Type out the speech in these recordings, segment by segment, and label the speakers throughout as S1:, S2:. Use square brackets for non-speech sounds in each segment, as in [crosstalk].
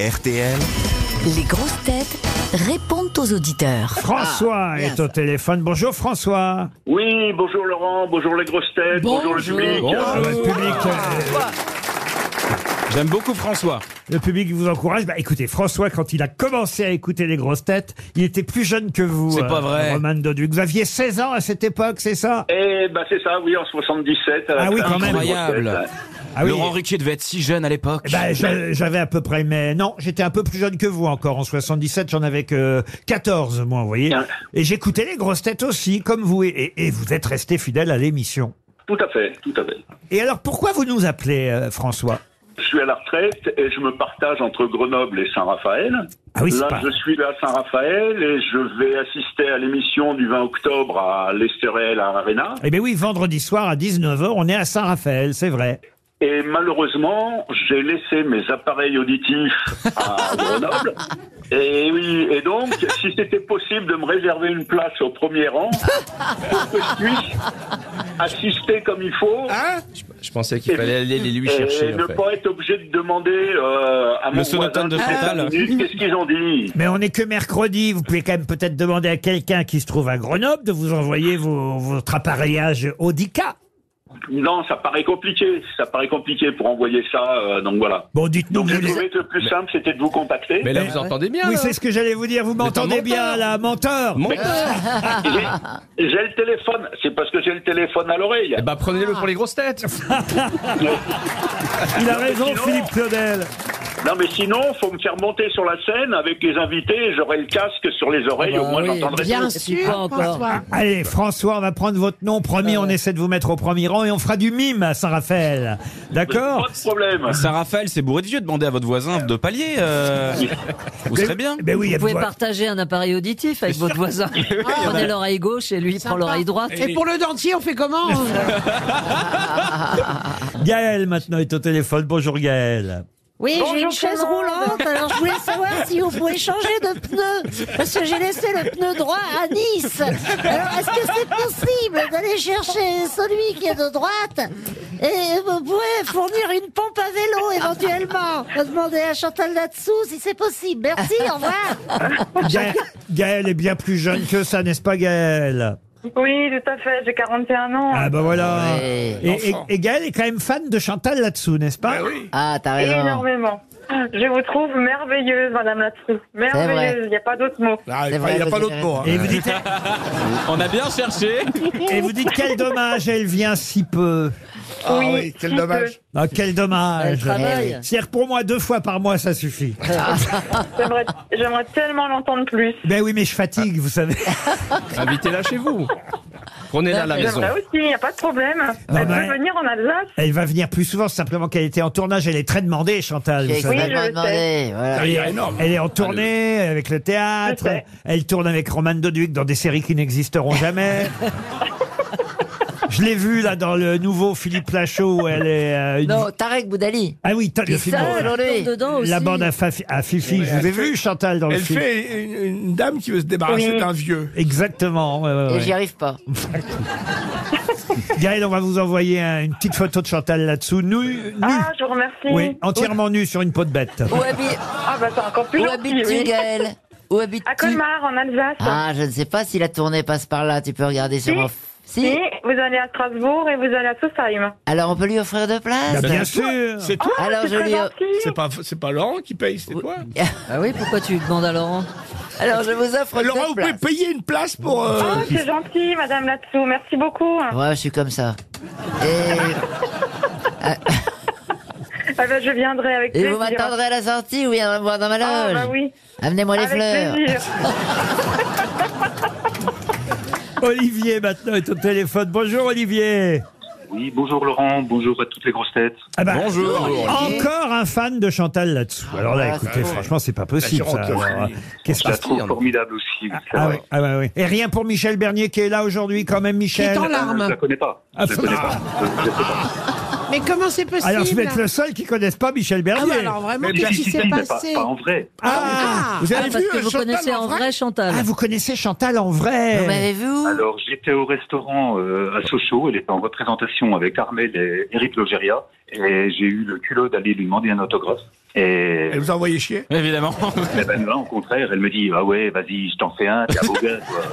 S1: RTL.
S2: Les grosses têtes répondent aux auditeurs.
S3: Ah,
S4: François est au téléphone. Bonjour François.
S3: Oui, bonjour Laurent, bonjour les grosses têtes, bonjour, le public.
S4: Ah, bah, le public, euh,
S5: J'aime beaucoup François.
S4: le public vous encourage. Bah, écoutez, François, quand il a commencé à écouter les grosses têtes, il était plus jeune que vous.
S5: C'est pas vrai.
S4: Roman Doduc. Vous aviez 16 ans à cette époque, c'est ça
S3: Eh ben c'est ça, oui, en 77. à la
S4: Ah oui,
S3: fin
S4: quand
S3: des
S4: même.
S3: grosses têtes.
S5: Incroyable.
S4: Ah oui.
S5: Laurent Ruquier devait être si jeune à l'époque.
S4: Eh ben, j'a- j'avais à peu près, mais non, j'étais un peu plus jeune que vous encore. En 77, j'en avais que 14, moi, vous voyez.
S3: Tiens.
S4: Et j'écoutais les grosses têtes aussi, comme vous. Et, et- et vous êtes resté fidèle à l'émission.
S3: Tout à fait, tout à fait.
S4: Et alors, pourquoi vous nous appelez, euh, François
S3: Je suis à la retraite et je me partage entre Grenoble et Saint-Raphaël.
S4: Ah oui, c'est
S3: là,
S4: pas-
S3: je suis là à Saint-Raphaël et je vais assister à l'émission du 20 octobre à l'Estérel à Arena.
S4: Eh bien oui, vendredi soir à 19h, on est à Saint-Raphaël, c'est vrai.
S3: Et malheureusement, j'ai laissé mes appareils auditifs
S6: [laughs]
S3: à Grenoble. Et oui, et donc, si c'était possible de me réserver une place au premier rang, pour que je puisse assister comme il faut.
S6: Je pensais qu'il fallait aller les lui
S3: Et
S6: chercher.
S3: ne
S6: en fait.
S3: pas être obligé de demander euh, à mon
S5: sonotone de
S3: voisin
S5: Frontal.
S3: qu'est-ce qu'ils ont dit.
S4: Mais on n'est que mercredi, vous pouvez quand même peut-être demander à quelqu'un qui se trouve à Grenoble de vous envoyer vos- votre appareillage Audica.
S3: Non, ça paraît compliqué. Ça paraît compliqué pour envoyer ça. euh, donc voilà.
S4: Bon, dites-nous
S3: Donc
S4: que
S3: j'ai
S4: vous les-
S3: trouvé que le plus simple, c'était de vous contacter.
S6: Mais là, vous entendez bien.
S4: Oui,
S6: là.
S4: c'est ce que j'allais vous dire, vous m'entendez
S6: menteur.
S4: bien là, menteur
S6: Mon
S3: Mais- J'ai j'ai le téléphone. C'est parce que j'ai le téléphone à l'oreille.
S6: Eh ben, prenez-le pour les grosses têtes.
S4: Il a raison,
S3: sinon-
S4: Philippe Claudel.
S3: Non, mais sinon, faut me faire monter sur la scène avec les invités. J'aurai le casque sur les oreilles. au moins, j'entendrai.
S7: bah Bien
S3: tout.
S7: sûr, François.
S4: Ah, Allez, François, on va prendre votre nom, promis, on essaie de vous mettre au premier rang et on fera du mime à Saint-Raphaël. D'accord
S3: Pas de problème.
S5: Saint-Raphaël, Ah. c'est bourré de vieux. Demandez à votre voisin de palier. euh, vous serez bien.
S4: Ben oui, il y a
S2: Vous pouvez
S4: de-
S2: partager un appareil auditif avec votre voisin. Prenez l'oreille gauche et lui prend l'oreille droite.
S7: Et pour le dentier, on fait comment
S4: Gaël maintenant est au téléphone. Bonjour Gaël.
S8: Oui, j'ai une chaise roulante, alors je voulais
S7: [laughs]
S8: savoir si vous pouvez changer de pneu, parce que j'ai laissé le pneu droit à Nice. Alors, est-ce que c'est possible d'aller chercher celui qui est de droite et vous pouvez fournir une pompe à vélo éventuellement Je vais demander à Chantal là-dessous si c'est possible. Merci, au revoir.
S4: Gaël, Gaël est bien plus jeune que ça, n'est-ce pas Gaël
S9: Oui, tout à fait, j'ai 41 ans.
S4: Ah ben voilà.
S7: Ouais.
S4: Et, et- et Gaël est quand même fan de Chantal là-dessous, n'est-ce pas
S7: Ah, t'as raison.
S9: Énormément. Je vous trouve merveilleuse, Madame Latrou.
S7: vrai.
S9: Merveilleuse, il n'y a pas d'autre mot.
S10: Ah,
S7: C'est vrai, il n'y a pas d'autre mot.
S4: Et
S10: hein.
S4: vous dites,
S5: On a bien cherché.
S4: et vous dites quel dommage, elle vient si peu.
S9: Ah oui, quel dommage.
S4: Ah, quel
S2: Elle
S4: dommage.
S2: travaille.
S4: C'est-à-dire pour moi, deux fois par mois, ça suffit.
S9: J'aimerais j'aimerais tellement l'entendre plus.
S4: Ben oui, mais je fatigue, vous savez.
S6: Invitez-la chez vous. Prenez-la à la maison.
S9: J'aimerais Bah aussi, il n'y a pas de problème.
S4: Non,
S9: Elle
S4: mais-
S9: peut venir en Alsace.
S4: Elle va venir plus souvent, c'est simplement qu'elle était en tournage, elle est très demandée, Chantal. vous
S7: J'ai
S4: savez.
S9: Oui, je
S7: extrêmement
S9: le
S7: demandé. Voilà.
S4: Elle est, elle est
S10: Ah,
S4: en tournée avec le théâtre,
S9: Je sais.
S4: elle tourne avec Roman Doduc dans des séries qui n'existeront
S10: [laughs]
S4: jamais. Je l'ai vue là dans le nouveau Philippe Lachaud, où elle est euh, une-
S7: Non, Tarek Boudali.
S4: Ah oui, t'as- le film.
S7: seul, on est-
S2: dedans aussi.
S4: La bande à, Fafi- à Fifi, je vous ai vu Chantal dans le film.
S10: fait une, une dame qui veut se débarrasser d'un vieux.
S4: Exactement. ouais, ouais,
S7: Et
S4: ouais.
S7: j'y arrive pas.
S4: Gaël, on va vous envoyer un- une petite photo de Chantal là-dessous, nue, nue.
S9: Ah, je vous remercie.
S4: oui, entièrement nue sur une peau de bête.
S7: Où habi-
S9: Ah, bah, c'est encore plus
S7: où
S9: gentil,
S7: habites-tu,
S9: oui.
S7: Gaël Où habites-tu
S9: À Colmar, en Alsace.
S7: Ah, je ne sais pas si la tournée passe par là. Tu peux regarder sur
S9: Si.
S7: mon...
S9: Et
S7: Si
S9: vous allez à Strasbourg et vous allez à Sausheim.
S7: Alors, on peut lui offrir deux
S4: Bah,
S7: places
S4: bien sûr.
S10: C'est toi
S7: Alors,
S9: Ah, C'est
S7: je euh,
S9: très
S7: lui...
S9: gentil.
S10: C'est pas, c'est pas Laurent qui paye, c'est toi.
S7: [laughs]
S2: Ah oui, pourquoi tu demandes à Laurent
S7: Alors, je vous offre
S10: Laurent,
S7: deux
S10: vous pouvez
S7: places.
S10: payer une place pour. euh,
S9: Oh, c'est gentil, Madame Latsou. Merci beaucoup.
S7: Ouais, je suis comme ça. Et...
S9: Ah, bah, je viendrai avec
S7: Et
S9: plaisir.
S7: vous m'attendrez à la sortie ou viendrez me voir dans ma
S9: Ah,
S7: loge
S9: bah oui.
S7: Amenez-moi les
S9: Avec
S7: fleurs.
S9: plaisir.
S4: Olivier maintenant est au téléphone. Bonjour Olivier.
S3: Oui, bonjour Laurent, bonjour à toutes les grosses têtes.
S4: Ah bah,
S5: Bonjour.
S4: Encore un fan de Chantal là-dessous. Alors là,
S7: Ah,
S4: écoutez,
S7: ouais.
S4: franchement, c'est pas possible.
S10: La
S4: ça.
S10: Gironde,
S4: Alors,
S10: oui.
S4: euh, Qu'est-ce
S3: Je la
S4: que
S3: trouve formidable aussi. vous
S4: ah,
S3: savez.
S4: ouais, ah ouais, ouais. Et rien pour Michel Bernier qui est là aujourd'hui quand même,
S7: Qui est
S4: Michel.
S7: en
S3: Je
S7: larmes.
S3: la connais pas.
S4: Ah,
S3: Je la connais
S4: ah.
S3: pas. Je- je sais pas.
S8: Mais comment c'est possible
S4: Alors je vais être le seul qui connaisse pas Michel Bernier.
S8: Ah ouais, alors vraiment,
S10: Mais
S8: qu'est-ce
S10: si,
S8: qui
S10: si,
S8: s'est
S3: Mais ben, pas-
S8: passé
S3: pas en vrai.
S4: Ah, vous avez
S2: Ah, parce
S4: vu
S2: que
S4: euh,
S2: vous
S4: Chantal
S2: connaissez en vrai Chantal.
S4: Ah, vous connaissez Chantal en vrai.
S7: Vous m'avez vu où
S3: Alors, j'étais au restaurant euh, à Sochaux. Elle était en représentation avec Armel et Eric Logeria. Et j'ai eu le culot d'aller lui demander un autographe. Et
S10: Elle vous a envoyé chier
S5: Évidemment.
S3: eh ben, non, au contraire, elle me dit Ah ouais, vas-y, je t'en fais un, t'es un beau gars, toi.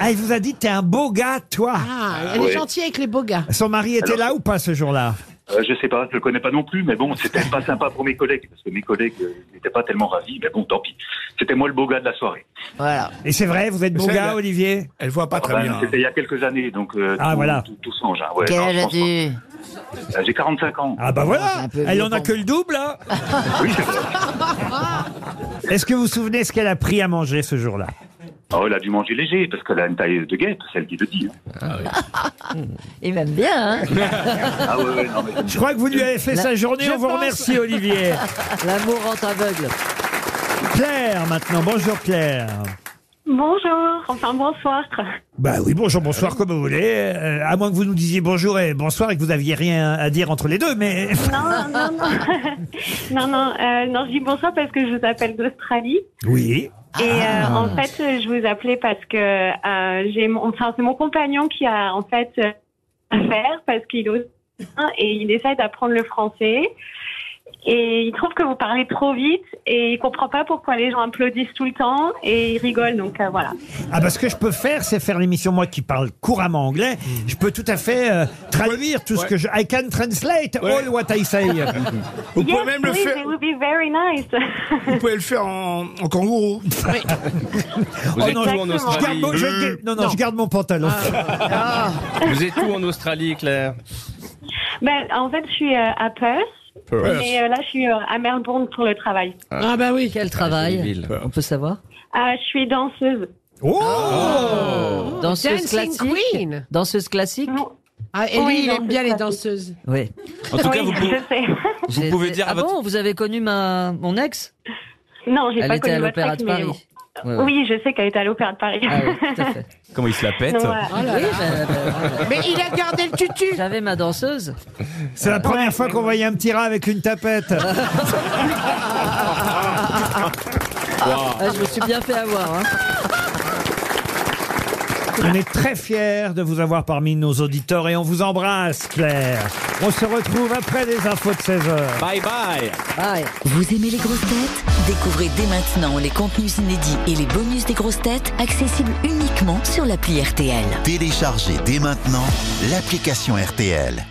S4: Ah, il vous a dit, t'es un beau gars, toi.
S1: Ah, elle est
S3: Ouais.
S1: gentille avec les beaux gars.
S4: Son mari était là ou pas ce jour-là
S3: Euh, je sais pas, je le connais pas non plus, mais bon, c'était pas sympa pour mes collègues, parce que mes collègues euh, n'étaient pas tellement ravis, mais bon, tant pis. C'était moi le beau gars de la soirée.
S7: Voilà.
S4: Et c'est vrai, vous êtes beau
S10: C'est
S4: gars,
S10: vrai.
S4: Olivier
S10: Elle voit pas
S9: Ah,
S10: très
S3: Ben,
S10: bien. hein.
S3: c'était il y a quelques années, donc euh,
S4: Ah,
S3: tout,
S4: voilà.
S3: tout, tout change. hein. Ouais,
S7: Quel
S3: non, je
S7: âge
S3: pense pas.
S7: as-tu
S3: Euh, J'ai 45 ans.
S4: Ah bah
S7: c'est
S4: voilà
S7: un peu
S4: Elle
S7: vieux
S4: en a
S7: pour
S4: que le double, hein
S3: Oui, c'est vrai.
S4: Est-ce que vous vous souvenez ce qu'elle a pris à manger ce jour-là
S3: Oh, elle a dû manger léger, parce qu'elle a une taille de guêpe, celle qui le dit. hein.
S7: Il m'aime bien, hein
S3: Ah ouais, ouais, non, mais...
S4: Je crois que vous lui avez fait sa journée,
S1: je
S4: on vous
S1: pense. [laughs]
S4: remercie Olivier.
S2: L'amour rend aveugle.
S4: Claire maintenant, bonjour Claire.
S9: Bonjour, enfin bonsoir.
S4: Bah oui, bonjour, bonsoir, comme vous voulez. Euh, à moins que vous nous disiez bonjour et bonsoir et que vous aviez rien à dire entre les deux, mais
S9: Non, non, non.
S7: [laughs]
S9: [laughs] non, non, euh, non, je dis bonsoir parce que je vous appelle d'Australie.
S4: oui.
S9: Et euh, en fait, euh, je vous appelais parce que euh, j'ai, mon- enfin, c'est mon compagnon qui a en fait euh, à faire parce qu'il ose et il essaie d'apprendre le français. Et il trouve que vous parlez trop vite et il comprend pas pourquoi les gens applaudissent tout le temps et il rigole. Donc euh, voilà.
S4: Ah bah ce que je peux faire, c'est faire l'émission moi qui parle couramment anglais. Je peux tout à fait euh, traduire tout ce
S10: Ouais.
S4: que je. I can translate
S10: Ouais.
S4: all what I say.
S10: Vous pouvez
S9: yes,
S10: même le
S9: please,
S10: faire.
S9: it would be very nice. [laughs]
S10: Vous pouvez le faire en, en kangourou.
S6: Vous
S4: Oh
S6: êtes
S4: non,
S6: où
S4: je-
S6: en
S9: je
S4: Je garde
S6: Australie
S4: mon, je ga- non, non, je garde mon pantalon.
S6: Vous êtes où en Australie, Claire
S9: ben, en fait, je suis euh, à Perth. Mais euh, là, je suis euh, à Melbourne pour le travail.
S1: Ah bah oui.
S2: Quel travail
S6: ville.
S2: On peut savoir
S9: Euh, je suis danseuse.
S4: Oh
S2: Danseuse
S1: Dancing
S2: classique
S8: Ah,
S1: Queen.
S2: Danseuse classique
S1: Ah, et
S9: Oui,
S1: lui, il
S9: non,
S1: aime bien
S9: c'est
S1: les
S9: ça.
S1: danseuses.
S2: Oui.
S5: En tout cas,
S9: oui,
S5: vous,
S9: je
S5: pouvez-
S9: sais.
S5: vous
S2: J'ai-
S5: pouvez dire
S2: ah
S5: à votre...
S2: bon, vous avez connu ma... mon ex
S9: Non, j'ai
S2: Elle
S9: pas
S2: était
S9: connu
S2: à
S9: votre
S2: l'Opéra
S9: ex,
S2: de
S9: mais
S2: Paris.
S9: bon.
S2: Ouais, ouais.
S9: Oui, je sais qu'elle était à l'Opéra de Paris.
S2: Ah oui, tout à fait.
S5: Comment il se la pète
S9: Donc, voilà.
S1: Oh là
S2: Oui,
S1: là.
S2: bah, bah, bah,
S1: Mais il a gardé le tutu.
S2: j'avais ma danseuse.
S4: C'est la première fois qu'on voyait un petit rat avec une tapette.
S2: Ah, je me suis bien fait avoir. hein.
S4: On est très fiers de vous avoir parmi nos auditeurs et on vous embrasse, Claire. On se retrouve après les infos de 16h.
S5: Bye bye
S2: Ah, ouais.
S11: Vous aimez les grosses têtes Découvrez dès maintenant les contenus inédits et les bonus des grosses têtes accessibles uniquement sur l'appli RTL.
S12: Téléchargez dès maintenant l'application RTL.